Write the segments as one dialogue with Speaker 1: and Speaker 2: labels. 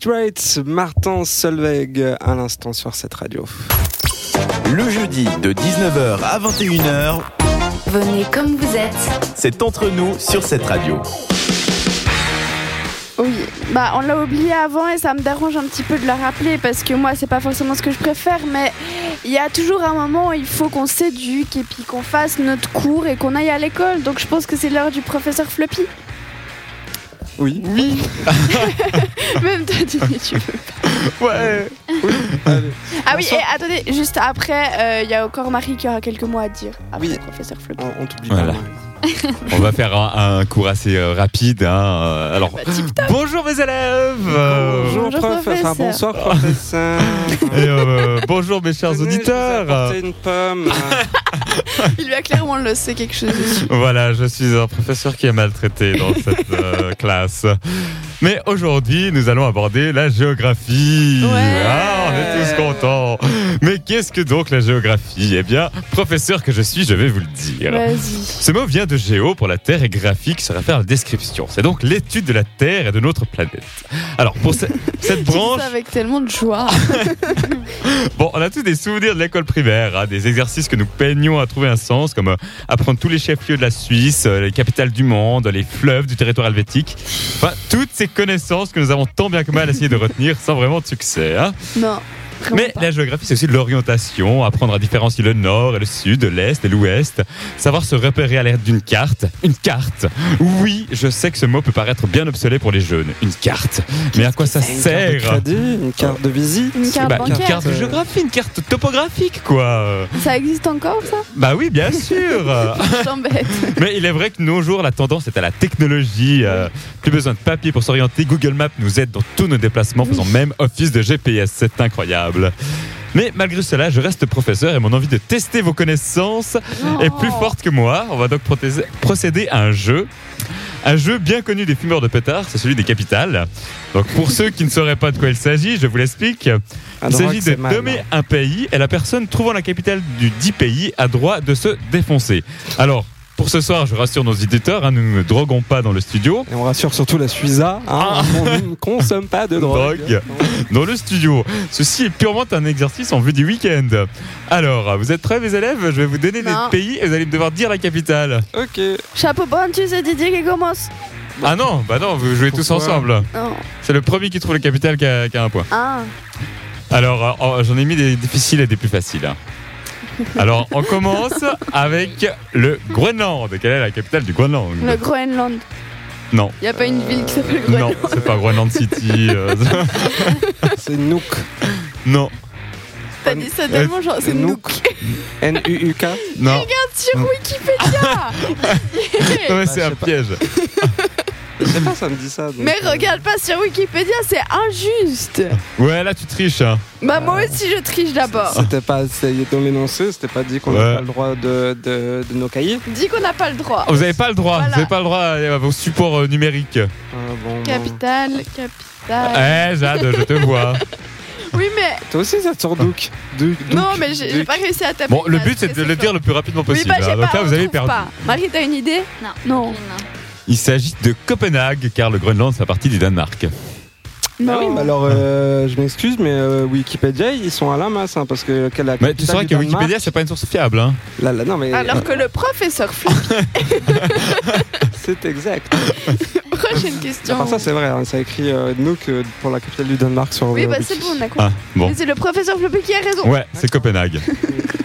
Speaker 1: Straits, Martin Solveig, à l'instant sur cette radio.
Speaker 2: Le jeudi de 19h à 21h,
Speaker 3: Venez comme vous êtes.
Speaker 2: c'est entre nous sur cette radio.
Speaker 4: Oui, bah on l'a oublié avant et ça me dérange un petit peu de le rappeler parce que moi c'est pas forcément ce que je préfère, mais il y a toujours un moment où il faut qu'on s'éduque et puis qu'on fasse notre cours et qu'on aille à l'école. Donc je pense que c'est l'heure du professeur Floppy.
Speaker 1: Oui.
Speaker 4: Oui. Même toi tu dis tu veux.
Speaker 1: Ouais.
Speaker 4: Ah oui, et attendez, juste après, euh, il y a encore Marie qui aura quelques mots à dire. Après
Speaker 1: Oui.
Speaker 4: le professeur Floppy.
Speaker 1: On, on t'oublie pas.
Speaker 5: Voilà.
Speaker 1: Marie.
Speaker 5: On va faire un, un cours assez euh, rapide. hein, euh, Alors, bonjour mes élèves euh,
Speaker 1: Bonjour,
Speaker 4: Bah, Bonjour,
Speaker 1: prof. Enfin,
Speaker 4: professeur.
Speaker 1: bonsoir professeur.
Speaker 5: et, euh, bonjour mes chers
Speaker 1: Venez, je vous ai
Speaker 5: auditeurs.
Speaker 1: apporté une pomme.
Speaker 4: Il lui a clairement laissé quelque chose dessus.
Speaker 5: Voilà, je suis un professeur qui est maltraité dans cette euh, classe. Mais aujourd'hui, nous allons aborder la géographie.
Speaker 4: Ouais.
Speaker 5: Ah, on est tous contents. Mais qu'est-ce que donc la géographie Eh bien, professeur que je suis, je vais vous le dire.
Speaker 4: Vas-y.
Speaker 5: Ce mot vient de géo pour la Terre et graphique se réfère à la description. C'est donc l'étude de la Terre et de notre planète. Alors, pour ce- cette
Speaker 4: Tu dis
Speaker 5: branche,
Speaker 4: ça avec tellement de joie.
Speaker 5: Bon, on a tous des souvenirs de l'école primaire, hein, des exercices que nous peignions à trouver un sens, comme euh, apprendre tous les chefs-lieux de la Suisse, euh, les capitales du monde, les fleuves du territoire helvétique. Enfin, toutes ces connaissances que nous avons tant bien que mal essayé de retenir sans vraiment de succès. hein.
Speaker 4: Non. vraiment
Speaker 5: Mais
Speaker 4: pas.
Speaker 5: la géographie, c'est aussi de l'orientation, apprendre à différencier le nord et le sud, l'est et l'ouest, savoir se repérer à l'aide d'une carte. Une carte Oui, je sais que ce mot peut paraître bien obsolète pour les jeunes, une carte. Mais à quoi ça
Speaker 1: Une carte de
Speaker 5: sert
Speaker 1: crédit, une carte de visite. Euh,
Speaker 4: Une carte
Speaker 5: bah, une
Speaker 4: bancaire.
Speaker 5: carte de géographie, une carte topographique, quoi.
Speaker 4: Ça existe encore ça
Speaker 5: Bah oui, bien sûr.
Speaker 4: Je t'embête.
Speaker 5: Mais il est vrai que nos jours, la tendance est à la technologie. euh, plus besoin de papier pour s'orienter. Google Maps nous aide dans tous nos déplacements, faisant même office de GPS. C'est incroyable. Mais malgré cela, je reste professeur et mon envie de tester vos connaissances est plus forte que moi. On va donc proté- procéder à un jeu. Un jeu bien connu des fumeurs de pétards, c'est celui des capitales. Donc pour ceux qui ne sauraient pas de quoi il s'agit, je vous l'explique.
Speaker 1: Ah,
Speaker 5: Il
Speaker 1: drogue,
Speaker 5: s'agit de
Speaker 1: c'est mal,
Speaker 5: nommer
Speaker 1: hein.
Speaker 5: un pays et la personne trouvant la capitale du dit pays a droit de se défoncer. Alors, pour ce soir, je rassure nos éditeurs, hein, nous ne droguons pas dans le studio.
Speaker 1: Et on rassure surtout la Suiza. hein,
Speaker 5: Ah.
Speaker 1: On ne consomme pas de drogue.
Speaker 5: Drogue. Dans le studio. Ceci est purement un exercice en vue du week-end. Alors, vous êtes prêts mes élèves Je vais vous donner
Speaker 4: Non.
Speaker 5: les pays et vous allez me devoir dire la capitale.
Speaker 1: Ok.
Speaker 4: Chapeau bon, tu sais Didier qui commence.
Speaker 5: Ah non, bah non, vous jouez tous
Speaker 1: Pourquoi
Speaker 5: ensemble.
Speaker 4: Non, Ah,
Speaker 5: C'est le premier qui trouve la capitale qui a, qui a un point.
Speaker 4: un.
Speaker 5: Alors, euh, oh, j'en ai mis des difficiles et des plus faciles. hein. Alors, on commence avec le Groenland. Quelle est la capitale du Groenland
Speaker 4: Le Groenland.
Speaker 5: Non. Euh,
Speaker 4: Y a pas une ville qui s'appelle
Speaker 5: Non,
Speaker 4: Groenland.
Speaker 5: c'est pas Groenland City. euh,
Speaker 1: C'est Nook.
Speaker 5: non,
Speaker 4: T'as dit ça
Speaker 5: Euh,
Speaker 4: tellement genre c'est nous.
Speaker 1: Nook. N-U-U-K.
Speaker 5: non.
Speaker 4: Sur Wikipédia.
Speaker 5: Non,
Speaker 1: Bah,
Speaker 5: mais
Speaker 1: je
Speaker 5: c'est un
Speaker 1: sais pas.
Speaker 5: piège.
Speaker 1: Je sais pas, ça me dit ça. donc,
Speaker 4: Mais
Speaker 1: euh,
Speaker 4: regarde pas sur Wikipédia, c'est injuste.
Speaker 5: Ouais, là tu triches. hein.
Speaker 4: Bah moi aussi je triche d'abord.
Speaker 1: C'était pas, c'est- dans l'énoncé, c'était pas dit qu'on
Speaker 5: Ouais.
Speaker 1: n'avait pas le droit de, de, de nos cahiers.
Speaker 4: Dis qu'on n'a pas le droit.
Speaker 5: Ah, Vous avez pas le droit.
Speaker 4: Voilà.
Speaker 5: Vous avez pas le droit à à vos supports euh, numériques.
Speaker 1: Ah, bon, bon.
Speaker 4: Capitale,
Speaker 5: Eh,
Speaker 4: capitale.
Speaker 5: Jade, je te vois. Euh.
Speaker 4: Oui mais
Speaker 1: Toi aussi, ça te sort Douk. Douk, Douk,
Speaker 4: non mais j'ai j'ai
Speaker 1: Douk.
Speaker 4: pas réussi à taper.
Speaker 5: Bon, le
Speaker 4: une
Speaker 5: but
Speaker 4: phrase
Speaker 5: c'est de
Speaker 4: très
Speaker 5: le dire
Speaker 4: simple.
Speaker 5: le plus rapidement
Speaker 4: Oui
Speaker 5: possible.
Speaker 4: bah j'ai
Speaker 5: hein.
Speaker 4: pas.
Speaker 5: Donc là,
Speaker 4: on
Speaker 5: vous avez
Speaker 4: trouve
Speaker 5: perdu.
Speaker 4: pas. Marie t'as une idée
Speaker 3: Non.
Speaker 4: Non.
Speaker 3: aucune.
Speaker 5: Il s'agit de Copenhague, car le Groenland fait partie du Danemark.
Speaker 1: Ah oui, mais alors euh, je m'excuse, mais euh, Wikipédia, ils sont à la masse, hein, parce que quelle la
Speaker 5: Mais tu
Speaker 1: capitale
Speaker 5: sauras
Speaker 1: du
Speaker 5: que
Speaker 1: Danemark
Speaker 5: Wikipédia, c'est pas une source fiable. Hein.
Speaker 1: Là, là, non, mais
Speaker 4: Alors que le professeur
Speaker 5: Ah,
Speaker 4: Flo-
Speaker 1: euh, c'est exact.
Speaker 4: prochaine question.
Speaker 1: Enfin, ça, c'est vrai, hein, ça écrit euh, Nook euh, pour la capitale du Danemark sur
Speaker 4: Oui,
Speaker 1: euh,
Speaker 4: bah
Speaker 1: Wiki.
Speaker 4: c'est bon, on a compris.
Speaker 5: Ah, bon.
Speaker 4: Mais c'est le professeur Floppy qui a raison.
Speaker 5: Ouais, c'est Copenhague.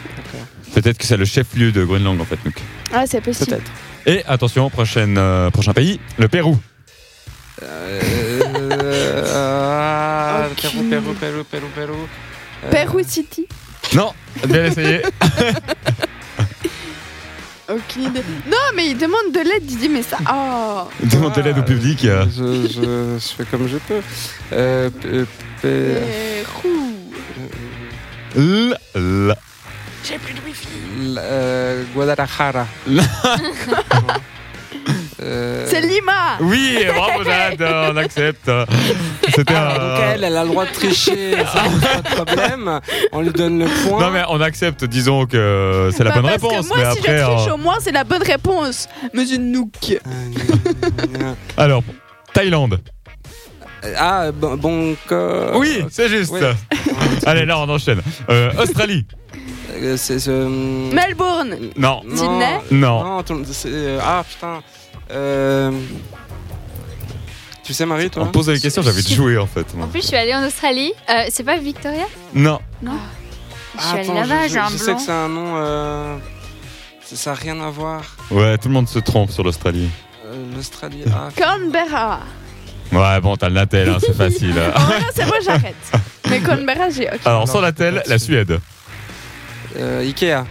Speaker 5: Peut-être que c'est le chef-lieu de Groenland en fait. Nook.
Speaker 4: Ah, c'est possible.
Speaker 1: Peut-être.
Speaker 5: Et attention, prochaine, euh, prochain pays, le Pérou.
Speaker 1: Euh, euh,
Speaker 4: Ok.
Speaker 1: Pérou, Pérou, Pérou, Pérou, Pérou. Euh,
Speaker 4: Peru City.
Speaker 5: Non, bien essayé.
Speaker 4: Aucune idée. Non, mais il demande de l'aide, Didier, mais ça. Oh
Speaker 5: Demandez l'aide au
Speaker 1: Ah,
Speaker 5: public.
Speaker 1: Je,
Speaker 5: euh.
Speaker 1: je- je fais comme je peux. Euh, p- euh, p-
Speaker 4: Pérou.
Speaker 5: L- l-
Speaker 1: l- euh, Guadalajara.
Speaker 5: Là.
Speaker 1: Euh,
Speaker 4: C'est Lima
Speaker 5: Oui, bravo Jade, on accepte. C'était
Speaker 1: Ah, donc
Speaker 5: un...
Speaker 1: elle, elle a le droit de tricher, ça pose pas de problème. On lui donne le point.
Speaker 5: Non mais on accepte, disons que c'est la
Speaker 4: Bah,
Speaker 5: bonne
Speaker 4: parce
Speaker 5: réponse.
Speaker 4: que moi,
Speaker 5: mais
Speaker 4: si
Speaker 5: après,
Speaker 4: je triche,
Speaker 5: euh,
Speaker 4: au moins, c'est la bonne réponse. Monsieur Nook.
Speaker 1: Euh, gna, gna, gna.
Speaker 5: Alors, Thaïlande.
Speaker 1: Ah, bon, bon co-
Speaker 5: Oui, c'est juste.
Speaker 1: Euh, Oui.
Speaker 5: Allez, là, on enchaîne. Euh, Australie.
Speaker 1: Euh, c'est ce.
Speaker 5: Mm.
Speaker 4: Melbourne,
Speaker 5: Non.
Speaker 1: Non.
Speaker 4: Sydney
Speaker 5: Non.
Speaker 1: Non, ton- c'est. euh, Ah putain. Euh, Tu sais, Marie,
Speaker 5: On
Speaker 1: toi
Speaker 5: me posait les questions, j'avais joué en fait.
Speaker 6: En plus, je suis allée en Australie. Euh, c'est pas Victoria
Speaker 5: Non.
Speaker 6: Je suis allée
Speaker 1: attends,
Speaker 6: là-bas,
Speaker 1: je-
Speaker 6: j'ai un
Speaker 1: Je sais
Speaker 6: blanc.
Speaker 1: que c'est un nom. euh, Ça ça a rien à voir.
Speaker 5: Ouais, tout le monde se trompe sur l'Australie.
Speaker 1: Euh, L'Australie. Ah,
Speaker 4: Canberra.
Speaker 5: Ouais, bon, t'as le Natel, hein, c'est facile.
Speaker 4: Oh non, c'est bon, j'arrête. Mais Canberra, j'ai ok.
Speaker 5: Alors, sans
Speaker 1: Non,
Speaker 5: Natel,
Speaker 1: c'est pas
Speaker 5: la
Speaker 1: dessus.
Speaker 5: Suède.
Speaker 1: euh, Ikea.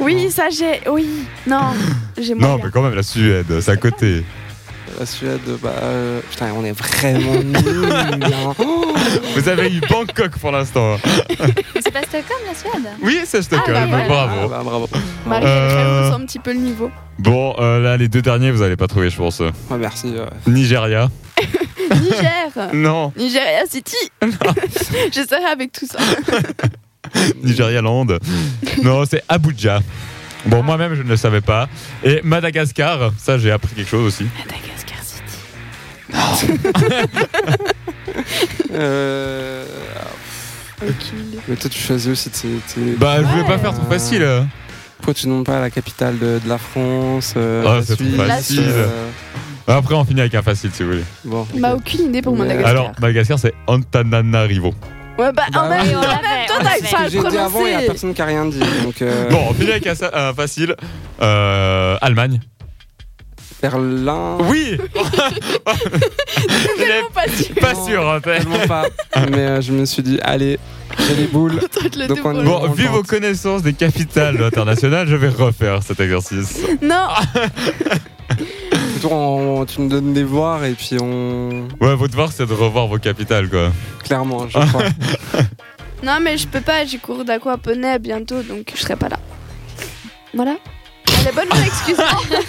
Speaker 4: Oui, ça j'ai. Oui, non, j'ai
Speaker 5: Non,
Speaker 4: moyen.
Speaker 5: mais quand même, la Suède, c'est à côté.
Speaker 1: La Suède. Bah. euh, Putain, on est vraiment nuls. hein. Oh,
Speaker 5: Vous avez eu Bangkok pour l'instant.
Speaker 6: Mais C'est pas Stockholm, la Suède
Speaker 5: Oui,
Speaker 4: Ah,
Speaker 5: c'est
Speaker 4: bah,
Speaker 5: Stockholm.
Speaker 4: voilà.
Speaker 1: ah,
Speaker 5: Bravo.
Speaker 1: bah, bravo.
Speaker 4: Marie,
Speaker 5: Euh,
Speaker 4: elle sent un petit peu le niveau.
Speaker 5: Bon, euh, là, les deux derniers, vous allez pas trouver, je pense.
Speaker 1: Ah, merci. ouais.
Speaker 5: Nigeria.
Speaker 4: Niger.
Speaker 5: Non.
Speaker 4: Nigeria City. J'essaierai avec tout ça.
Speaker 5: Nigeria Land. Non, c'est Abuja. Bon, moi-même, je ne le savais pas. Et Madagascar, ça, j'ai appris quelque chose aussi.
Speaker 4: Madagascar City.
Speaker 1: Euh,
Speaker 4: Aucune idée.
Speaker 1: Mais toi, tu choisis aussi. tes- tes-
Speaker 5: Bah, je voulais pas
Speaker 4: Ouais.
Speaker 5: faire trop facile. euh.
Speaker 1: Pourquoi tu nommes pas la capitale de, de la France euh,
Speaker 5: Ah,
Speaker 1: la
Speaker 5: c'est trop
Speaker 1: Suisse,
Speaker 5: facile.
Speaker 1: euh,
Speaker 5: Après, on finit avec un facile, si vous voulez.
Speaker 1: Bon.
Speaker 4: Bah, aucune idée pour
Speaker 1: Mais-
Speaker 4: Madagascar.
Speaker 5: Alors, Madagascar, c'est Antananarivo.
Speaker 4: ouais, bah,
Speaker 1: Bah,
Speaker 4: en même
Speaker 1: oui,
Speaker 6: on
Speaker 4: temps,
Speaker 6: l'avait,
Speaker 4: même
Speaker 6: on
Speaker 4: toi, t'arrives
Speaker 6: l'avait.
Speaker 4: pas à le
Speaker 1: J'ai dit avant, il y a
Speaker 4: prononcer.
Speaker 1: personne qui a rien dit. Donc, euh,
Speaker 5: Bon, on finit avec un, sa- un facile. Euh, Allemagne.
Speaker 1: Berlin.
Speaker 5: Oui Il
Speaker 4: Tellement pas sûr.
Speaker 5: est pas sûr. hein, t'es-
Speaker 1: Tellement pas. Mais euh, je me suis dit, allez, j'ai les boules.
Speaker 4: Toi, tu le
Speaker 1: Donc, on y
Speaker 4: débrouilles.
Speaker 5: Bon, vu vos connaissances des capitales internationales, je vais refaire cet exercice.
Speaker 4: Non,
Speaker 1: Plutôt, on- tu me donnes des voies et puis on.
Speaker 5: Ouais, votre devoir, c'est de revoir vos capitales, quoi.
Speaker 1: Clairement, je crois.
Speaker 4: non, mais je peux pas, j'ai cours d'aquaponais bientôt, donc je serai pas là. Voilà. Allez, bonne journée, excuse-moi.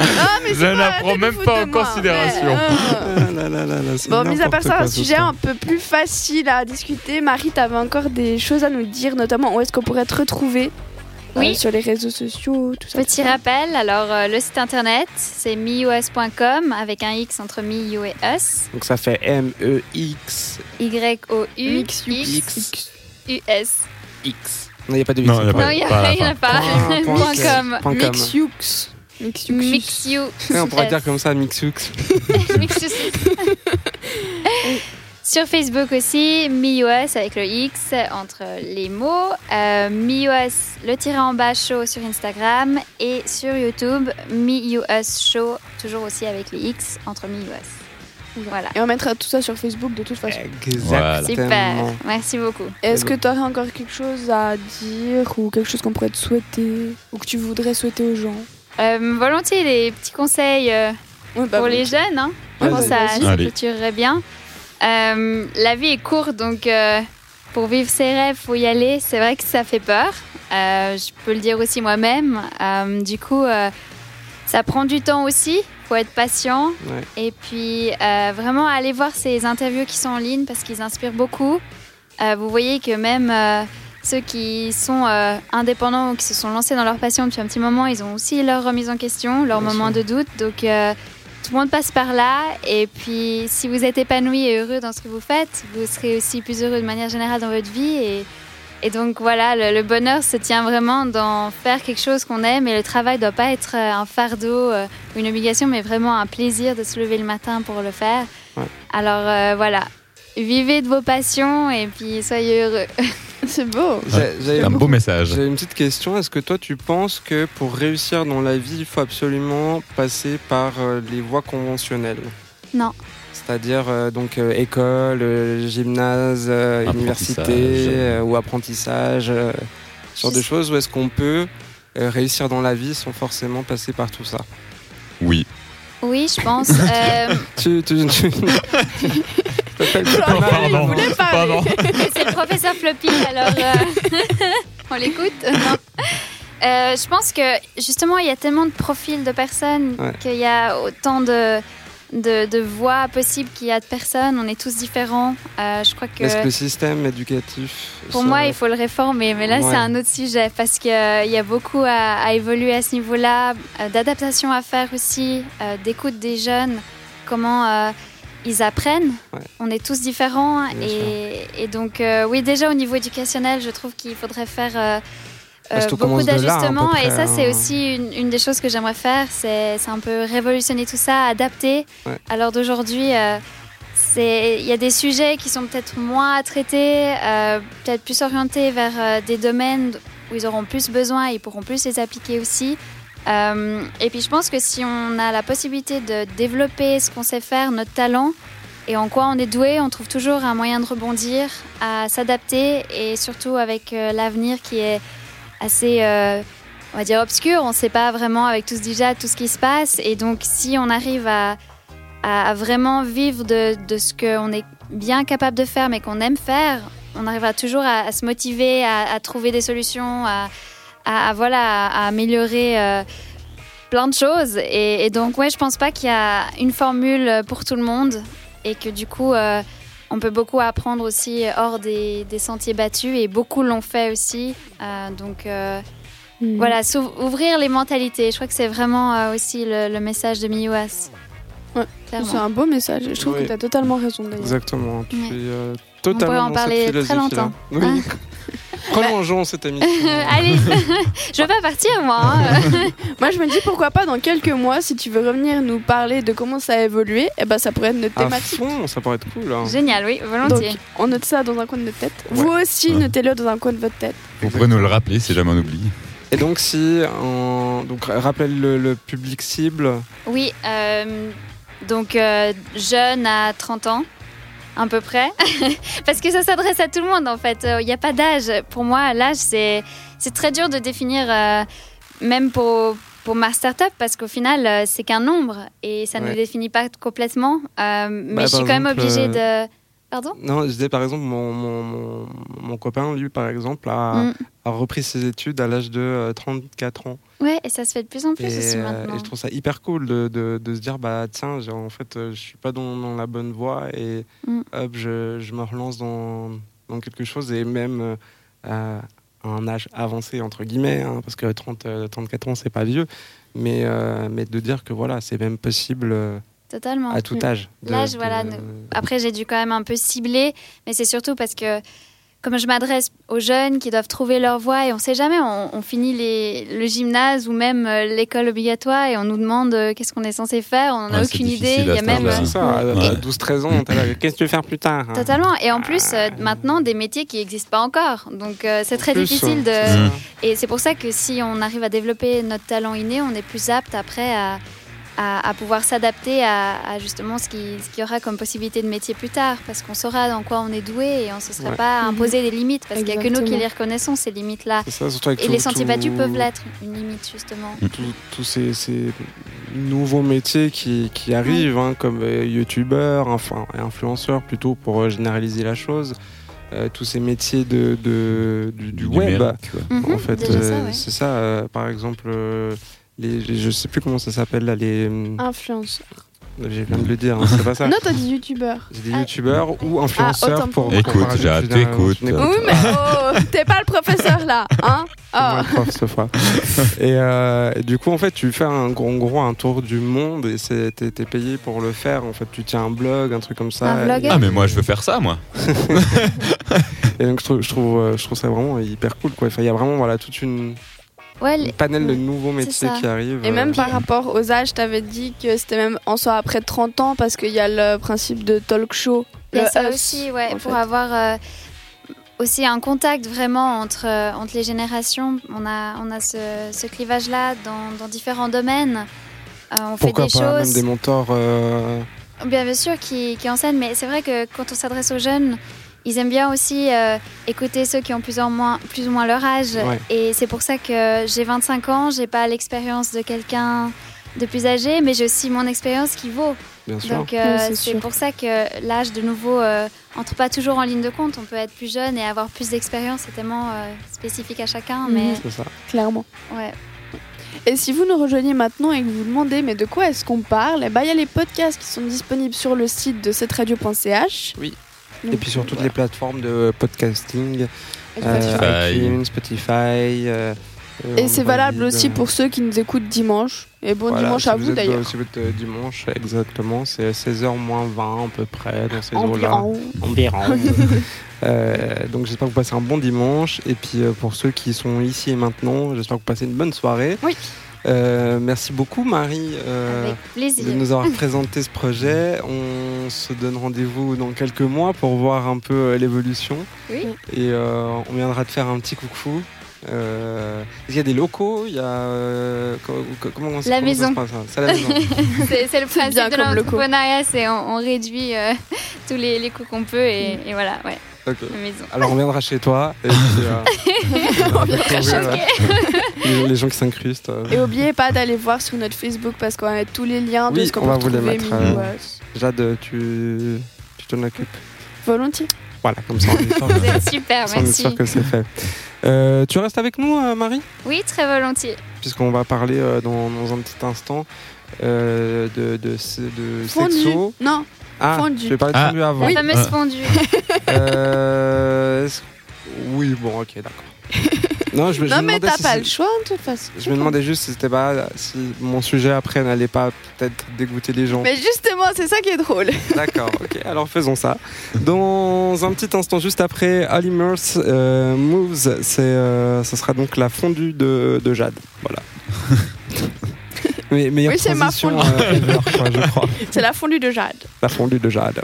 Speaker 4: Ah, mais
Speaker 5: Je
Speaker 4: c'est
Speaker 5: la
Speaker 4: pas-
Speaker 5: prends
Speaker 4: t'es
Speaker 5: même
Speaker 4: du foot
Speaker 5: pas en
Speaker 4: de moi, hein.
Speaker 5: considération.
Speaker 4: mais, euh,
Speaker 1: Ah là là là là, c'est
Speaker 4: Bon, mis à part
Speaker 1: n'importe
Speaker 4: ça,
Speaker 1: quoi,
Speaker 4: un
Speaker 1: ce
Speaker 4: sujet
Speaker 1: soir.
Speaker 4: un peu plus facile à discuter. Marie, t'avais encore des choses à nous dire, notamment où est-ce qu'on pourrait te retrouver euh,
Speaker 6: Oui.
Speaker 4: sur les réseaux sociaux, tout ça.
Speaker 6: Petit rappel, alors euh, le site internet, c'est mius.com avec un X entre miu et us.
Speaker 1: Donc, ça fait M-E-X.
Speaker 6: Y-O-U.
Speaker 4: Mix,
Speaker 1: X.
Speaker 6: U-S.
Speaker 1: X. Non, il n'y a pas de X.
Speaker 5: Non, il y a pas-
Speaker 6: Non, il n'y
Speaker 5: à la
Speaker 6: en a pas.
Speaker 1: Point, point,
Speaker 6: Point
Speaker 1: ok.
Speaker 6: com.
Speaker 1: Point com.
Speaker 4: Mixiux. Mixiux.
Speaker 6: Mixiu.
Speaker 1: Ouais, on pourrait
Speaker 6: S.
Speaker 1: dire comme ça, Mixux.
Speaker 6: Mixus. Sur Facebook aussi, MIUS avec le X entre les mots, euh, MIUS le tiré en bas show sur Instagram et sur YouTube, MIUS show toujours aussi avec les X entre MIUS. Voilà.
Speaker 4: Et on mettra tout ça sur Facebook de toute façon.
Speaker 5: Voilà.
Speaker 6: Super, merci beaucoup.
Speaker 4: Est-ce que tu aurais encore quelque chose à dire ou quelque chose qu'on pourrait te souhaiter ou que tu voudrais souhaiter aux gens
Speaker 6: Euh, volontiers les petits conseils euh,
Speaker 4: Ouais, bah,
Speaker 6: pour
Speaker 4: oui.
Speaker 6: les jeunes, hein.
Speaker 1: Vas-y,
Speaker 6: Comment ça
Speaker 4: vas-y.
Speaker 6: se
Speaker 5: Allez.
Speaker 6: clôturerait bien. Euh, la vie est courte, donc euh, pour vivre ses rêves, faut y aller. C'est vrai que ça fait peur. Euh, je peux le dire aussi moi-même. Euh, du coup, euh, ça prend du temps aussi. Faut être patient.
Speaker 1: Ouais.
Speaker 6: Et puis, euh, vraiment, aller voir ces interviews qui sont en ligne parce qu'ils inspirent beaucoup. Euh, vous voyez que même euh, ceux qui sont euh, indépendants ou qui se sont lancés dans leur passion depuis un petit moment, ils ont aussi leur remise en question, leur
Speaker 1: Bien
Speaker 6: moment de doute. Donc, euh, tout le monde passe par là. Et puis, si vous êtes épanoui et heureux dans ce que vous faites, vous serez aussi plus heureux de manière générale dans votre vie. Et, et donc, voilà, le, le bonheur se tient vraiment dans faire quelque chose qu'on aime. Et le travail ne doit pas être euh, un fardeau euh, ou une obligation, mais vraiment un plaisir de se lever le matin pour le faire.
Speaker 1: Ouais.
Speaker 6: Alors, euh, voilà. Vivez de vos passions et puis soyez heureux.
Speaker 4: C'est beau.
Speaker 1: J'ai- j'avais
Speaker 5: C'est un
Speaker 1: beaucoup-
Speaker 5: beau message.
Speaker 1: J'avais une petite question. Est-ce que toi, tu penses que pour réussir dans la vie, il faut absolument passer par euh, les voies conventionnelles
Speaker 6: Non.
Speaker 1: C'est-à-dire euh, donc euh, école, euh, gymnase, euh, université
Speaker 5: Apprentissage.
Speaker 1: euh, ou apprentissage, euh, ce genre
Speaker 6: Je
Speaker 1: de
Speaker 6: sais-
Speaker 1: choses où est-ce qu'on peut euh, réussir dans la vie sans forcément passer par tout ça
Speaker 5: Oui.
Speaker 6: Oui, je pense. Euh,
Speaker 1: Tu, tu, tu- t'appelles
Speaker 4: Genre,
Speaker 1: pas
Speaker 5: Oh,
Speaker 1: mal,
Speaker 4: il
Speaker 5: pardon.
Speaker 4: voulait pas,
Speaker 5: Pardon.
Speaker 6: c'est le professeur Floppy, alors euh, on l'écoute Non. Euh, Je pense que justement, il y a tellement de profils de personnes
Speaker 1: Ouais.
Speaker 6: qu'il y a autant de, de, de voies possibles qu'il y a de personnes. On est tous différents. Euh, je crois que.
Speaker 1: Est-ce que le système éducatif.
Speaker 6: Pour
Speaker 1: ça-
Speaker 6: moi, il faut le réformer, mais là,
Speaker 1: Ouais.
Speaker 6: c'est un autre sujet parce qu'il il y a beaucoup à, à évoluer à ce niveau-là, euh, d'adaptation à faire aussi, euh, d'écoute euh, des jeunes. comment euh, ils apprennent.
Speaker 1: Ouais.
Speaker 6: On est tous différents.
Speaker 1: Bien
Speaker 6: Et, et donc, euh, oui, déjà au niveau éducationnel, je trouve qu'il faudrait faire euh,
Speaker 1: Parce
Speaker 6: euh,
Speaker 1: qu'on
Speaker 6: beaucoup
Speaker 1: commence de là, à peu
Speaker 6: d'ajustements.
Speaker 1: près,
Speaker 6: et ça, c'est
Speaker 1: hein.
Speaker 6: aussi une, une des choses que j'aimerais faire. C'est c'est un peu révolutionner tout ça, adapter.
Speaker 1: Ouais.
Speaker 6: À l'heure d'aujourd'hui, euh, c'est- il y a des sujets qui sont peut-être moins à traiter, euh, peut-être plus orientés vers euh, des domaines où ils auront plus besoin et ils pourront plus les appliquer aussi. Euh, et puis je pense que si on a la possibilité de développer ce qu'on sait faire, notre talent et en quoi on est doué, on trouve toujours un moyen de rebondir, à s'adapter et surtout avec euh, l'avenir qui est assez, euh, on va dire, obscur. On ne sait pas vraiment avec tout ce déjà tout ce qui se passe. Et donc si on arrive à, à- à vraiment vivre de, de ce qu'on est bien capable de faire mais qu'on aime faire, on arrivera toujours à, à se motiver, à, à trouver des solutions, à, à- à, voilà, à, à améliorer euh, plein de choses. Et, et donc, ouais, je pense pas qu'il y a une formule pour tout le monde et que du coup, euh, on peut beaucoup apprendre aussi hors des, des sentiers battus et beaucoup l'ont fait aussi. Euh, donc, euh,
Speaker 4: Hmm.
Speaker 6: voilà, s'ouv- ouvrir les mentalités. Je crois que c'est vraiment euh, aussi le, le message de Miyuas.
Speaker 4: Ouais,
Speaker 6: Clairement.
Speaker 4: C'est un beau message. Je trouve
Speaker 1: Oui.
Speaker 4: que tu as totalement raison d'ailleurs.
Speaker 1: Exactement. Tu
Speaker 6: Ouais.
Speaker 1: es euh,
Speaker 6: pourrait en
Speaker 1: totalement dans
Speaker 6: parler
Speaker 1: cette
Speaker 6: très
Speaker 1: philosophie-là.
Speaker 6: longtemps. Ah.
Speaker 1: Oui. Prolongeons cette émission.
Speaker 6: Allez, je veux pas partir moi. hein.
Speaker 4: Moi, je me dis pourquoi pas dans quelques mois, si tu veux revenir nous parler de comment ça a évolué, eh ben, ça pourrait être notre
Speaker 1: à
Speaker 4: thématique.
Speaker 1: fond, ça pourrait être cool. hein.
Speaker 6: Génial, oui,
Speaker 4: Donc,
Speaker 6: volontiers.
Speaker 4: on note ça dans un coin de notre tête.
Speaker 1: Ouais.
Speaker 4: Vous aussi,
Speaker 5: Ouais.
Speaker 4: notez-le dans un coin de votre tête.
Speaker 5: Vous pourrez nous le rappeler si jamais on oublie.
Speaker 1: Et donc si, en... donc rappelle le, le public cible.
Speaker 6: Oui, euh, donc euh, jeune à 30 ans, à peu près. Parce que ça s'adresse à tout le monde, en fait. Euh, Il n'y a pas d'âge. Pour moi, l'âge, c'est, c'est très dur de définir, euh, même pour, pour ma start-up, parce qu'au final, euh, c'est qu'un nombre et ça ne
Speaker 1: Ouais. Bah,
Speaker 6: définit pas complètement. Euh, mais
Speaker 1: par
Speaker 6: je suis quand même
Speaker 1: exemple, euh,
Speaker 6: obligée de. Pardon
Speaker 1: Non, je disais par exemple mon, mon, mon, mon copain lui par exemple a,
Speaker 6: Mm.
Speaker 1: a repris ses études à l'âge de euh, 34 ans.
Speaker 6: Ouais, et ça se fait de plus en
Speaker 1: Et,
Speaker 6: plus aussi
Speaker 1: euh,
Speaker 6: maintenant.
Speaker 1: et je trouve ça hyper cool de, de, de se dire bah tiens j'ai- en fait euh, je suis pas dans, dans la bonne voie et
Speaker 6: Mm.
Speaker 1: hop je, je me relance dans, dans quelque chose et même euh, à un âge avancé entre guillemets hein, parce que 30, euh, 34 ans c'est pas vieux mais, euh, mais de dire que voilà c'est même possible euh,
Speaker 6: Totalement.
Speaker 1: à tout âge. de-
Speaker 6: L'âge, voilà,
Speaker 1: de-
Speaker 6: Après, j'ai dû quand même un peu cibler, mais c'est surtout parce que, comme je m'adresse aux jeunes qui doivent trouver leur voie, et on sait jamais, on, on finit les- le gymnase ou même euh, l'école obligatoire, et on nous demande euh, qu'est-ce qu'on est censé faire, on n'en a
Speaker 5: Ouais, c'est
Speaker 6: aucune idée.
Speaker 5: difficile à
Speaker 6: Il y a
Speaker 5: ce
Speaker 6: même. euh,
Speaker 5: âge-là.
Speaker 1: C'est
Speaker 5: Ouais.
Speaker 1: ça, à- à 12-13
Speaker 5: Ouais.
Speaker 1: ans, t'as là, qu'est-ce que tu veux faire plus tard hein
Speaker 6: Totalement. Et en plus, euh, maintenant, des métiers qui n'existent pas encore. Donc, euh, c'est très
Speaker 1: Plus, hein. euh,
Speaker 6: difficile de.
Speaker 1: c'est ça.
Speaker 5: Mm.
Speaker 6: Et c'est pour ça que si on arrive à développer notre talent inné, on est plus apte après à, à, à pouvoir s'adapter à, à justement ce qui- ce qu'il y aura comme possibilité de métier plus tard, parce qu'on saura dans quoi on est doué et on ne se sera
Speaker 1: Ouais.
Speaker 6: pas
Speaker 4: Mhm.
Speaker 6: imposé des limites, parce qu'il n'y a que nous qui
Speaker 4: Exactement.
Speaker 6: les reconnaissons, ces limites-là.
Speaker 1: C'est ça, surtout avec
Speaker 6: Et
Speaker 1: tout-
Speaker 6: les sentiers
Speaker 1: tout-
Speaker 6: battus peuvent l'être, une limite justement.
Speaker 1: tout- Tous ces, ces nouveaux métiers qui, qui arrivent, hein, comme euh, youtubeur, enfin, influenceur plutôt pour euh, généraliser la chose, euh, tous ces métiers de, de- du, du web.
Speaker 5: numérique, ouais.
Speaker 6: Mhm,
Speaker 1: en fait,
Speaker 6: déjà ça,
Speaker 1: euh,
Speaker 6: ouais.
Speaker 1: c'est ça, euh, par exemple, euh, les, les- je sais plus comment ça s'appelle là, les. euh,
Speaker 6: Ah.
Speaker 4: Influence.
Speaker 1: J'ai bien de le dire, hein, c'est pas ça.
Speaker 4: Non, t'as dit youtubeur.
Speaker 1: J'ai des
Speaker 6: Ah.
Speaker 1: youtubeurs ou influenceurs
Speaker 4: autant pour
Speaker 1: pour.
Speaker 4: moi.
Speaker 5: Écoute,
Speaker 1: pour parler plus
Speaker 5: Jade,
Speaker 1: d'un-
Speaker 5: t'écoutes.
Speaker 1: d'une-
Speaker 5: Oui,
Speaker 4: Oui, mais oh, t'es pas le professeur là, hein
Speaker 1: Moi,
Speaker 4: Oh.
Speaker 1: le prof, ce fois. et, euh, et du coup, en fait, tu fais un gros, en gros un tour du monde et c'est- t'es t'es payé pour le faire. En fait, tu tiens un blog, un truc comme ça.
Speaker 6: Un blog.
Speaker 1: Et-
Speaker 5: Ah mais moi je veux faire ça moi.
Speaker 1: Et donc, je trouve, je trouve, euh, je trouve ça vraiment hyper cool. quoi. Enfin, il y a vraiment voilà toute une,
Speaker 6: Ouais,
Speaker 1: une
Speaker 6: les-
Speaker 1: panel de nouveaux métiers
Speaker 6: ça.
Speaker 1: qui arrivent.
Speaker 4: Et même
Speaker 1: euh,
Speaker 4: par rapport aux âges, t'avais dit que c'était même en soi après 30 ans parce qu'il y a le principe de talk show. Euh,
Speaker 6: Il y a
Speaker 4: le
Speaker 6: ça
Speaker 4: us,
Speaker 6: aussi, ouais,
Speaker 4: en
Speaker 6: pour
Speaker 4: fait.
Speaker 6: avoir euh, aussi un contact vraiment entre, euh, entre les générations. On a, on a ce, ce clivage-là dans, dans différents domaines. Euh, on
Speaker 1: pourquoi
Speaker 6: fait des
Speaker 1: pas
Speaker 6: choses,
Speaker 1: même des mentors. euh,
Speaker 6: bien, bien sûr, qui, qui enseignent, mais c'est vrai que quand on s'adresse aux jeunes, ils aiment bien aussi euh, écouter ceux qui ont plus, en moins, plus ou moins leur âge.
Speaker 1: Ouais.
Speaker 6: Et c'est pour ça que j'ai 25 ans, j'ai pas l'expérience de quelqu'un de plus âgé, mais j'ai aussi mon expérience qui vaut.
Speaker 1: bien sûr.
Speaker 6: Donc euh,
Speaker 4: Oui, c'est
Speaker 6: c'est
Speaker 4: sûr.
Speaker 6: pour ça que l'âge de nouveau euh, entre pas toujours en ligne de compte. On peut être plus jeune et avoir plus d'expérience. C'est tellement euh, spécifique à chacun,
Speaker 4: Mhm.
Speaker 6: mais
Speaker 1: C'est ça.
Speaker 4: Clairement.
Speaker 6: ouais.
Speaker 4: Et si vous nous rejoignez maintenant et que vous vous demandez mais de quoi est-ce qu'on parle, eh ben, il y a les podcasts qui sont disponibles sur le site de cette radio.ch.
Speaker 1: Oui. Et puis sur toutes les plateformes de podcasting, euh,
Speaker 5: Spotify.
Speaker 1: iTunes, Spotify, euh, on
Speaker 4: Et c'est valable
Speaker 1: valide,
Speaker 4: aussi
Speaker 1: euh,
Speaker 4: pour ceux qui nous écoutent dimanche. Et bon
Speaker 1: voilà,
Speaker 4: dimanche
Speaker 1: si
Speaker 4: à vous
Speaker 1: êtes, euh,
Speaker 4: d'ailleurs.
Speaker 1: Si vous êtes euh, dimanche, exactement, c'est 16h moins 20 à peu près dans ces eaux-là.
Speaker 4: Environ.
Speaker 1: Environ. Euh, donc j'espère que vous passez un bon dimanche. Et puis euh, pour ceux qui sont ici et maintenant, j'espère que vous passez une bonne soirée.
Speaker 4: Oui.
Speaker 1: Euh, merci beaucoup Marie euh,
Speaker 6: Avec plaisir.
Speaker 1: de nous avoir présenté ce projet. On se donne rendez-vous dans quelques mois pour voir un peu euh, l'évolution.
Speaker 6: Oui.
Speaker 1: Et euh, on viendra te faire un petit coucou. Euh, il y a des locaux, il y a euh, co- co- comment, on-
Speaker 6: La
Speaker 1: comment
Speaker 6: maison.
Speaker 1: ça se passe hein C'est la maison.
Speaker 6: C'est c'est le principe
Speaker 4: bien
Speaker 6: de
Speaker 4: comme le coup.
Speaker 6: l'entrepreneuriat, c'est on, on réduit euh, tous les, les coûts qu'on peut et, et voilà, ouais,
Speaker 1: Ok.
Speaker 6: la maison.
Speaker 1: Alors on viendra chez toi. Et puis, euh, on va découvrir,
Speaker 6: Ok.
Speaker 1: euh, les, les gens qui s'incrustent. euh,
Speaker 4: Et n'oubliez pas d'aller voir sur notre Facebook parce qu'on a tous les liens de
Speaker 1: Oui,
Speaker 4: ce qu'on
Speaker 1: on va
Speaker 4: peut
Speaker 1: vous les
Speaker 4: retrouver,
Speaker 1: mettre,
Speaker 4: Minou,
Speaker 1: euh,
Speaker 4: ouais.
Speaker 1: Jade, tu, tu t'en occupes.
Speaker 4: Volontiers.
Speaker 1: Voilà, comme ça on est sûr,
Speaker 6: Vous êtes super,
Speaker 1: on est
Speaker 6: merci.
Speaker 1: sûr que c'est fait. Euh, tu restes avec nous, euh, Marie
Speaker 6: Oui, très volontiers.
Speaker 1: Puisqu'on va parler euh, dans, dans un petit instant euh, de, de, ce- de
Speaker 4: Fondu.
Speaker 1: sexo.
Speaker 4: Non,
Speaker 1: Ah,
Speaker 4: Fondu.
Speaker 1: je vais parler de
Speaker 5: Ah.
Speaker 1: fondu avant.
Speaker 6: La fameuse
Speaker 5: Ah.
Speaker 6: fondue.
Speaker 1: Euh, est-ce- oui, bon, ok, d'accord. Non, je, me- je me
Speaker 4: non mais
Speaker 1: demandais
Speaker 4: t'as
Speaker 1: si
Speaker 4: pas
Speaker 1: c'est-
Speaker 4: le choix de toute façon.
Speaker 1: Je me demandais juste si c'était pas si mon sujet après n'allait pas peut-être dégoûter les gens.
Speaker 4: Mais justement, c'est ça qui est drôle.
Speaker 1: D'accord, ok, alors faisons ça. Dans un petit instant, juste après Alimers euh, Moves, c'est, euh, ça sera donc la fondue de, de Jade. Voilà. Mais, meilleure
Speaker 4: Oui, c'est ma
Speaker 1: transition,
Speaker 4: fondue.
Speaker 1: euh, ever, quoi, je crois.
Speaker 4: C'est la fondue de Jade.
Speaker 1: La fondue de Jade.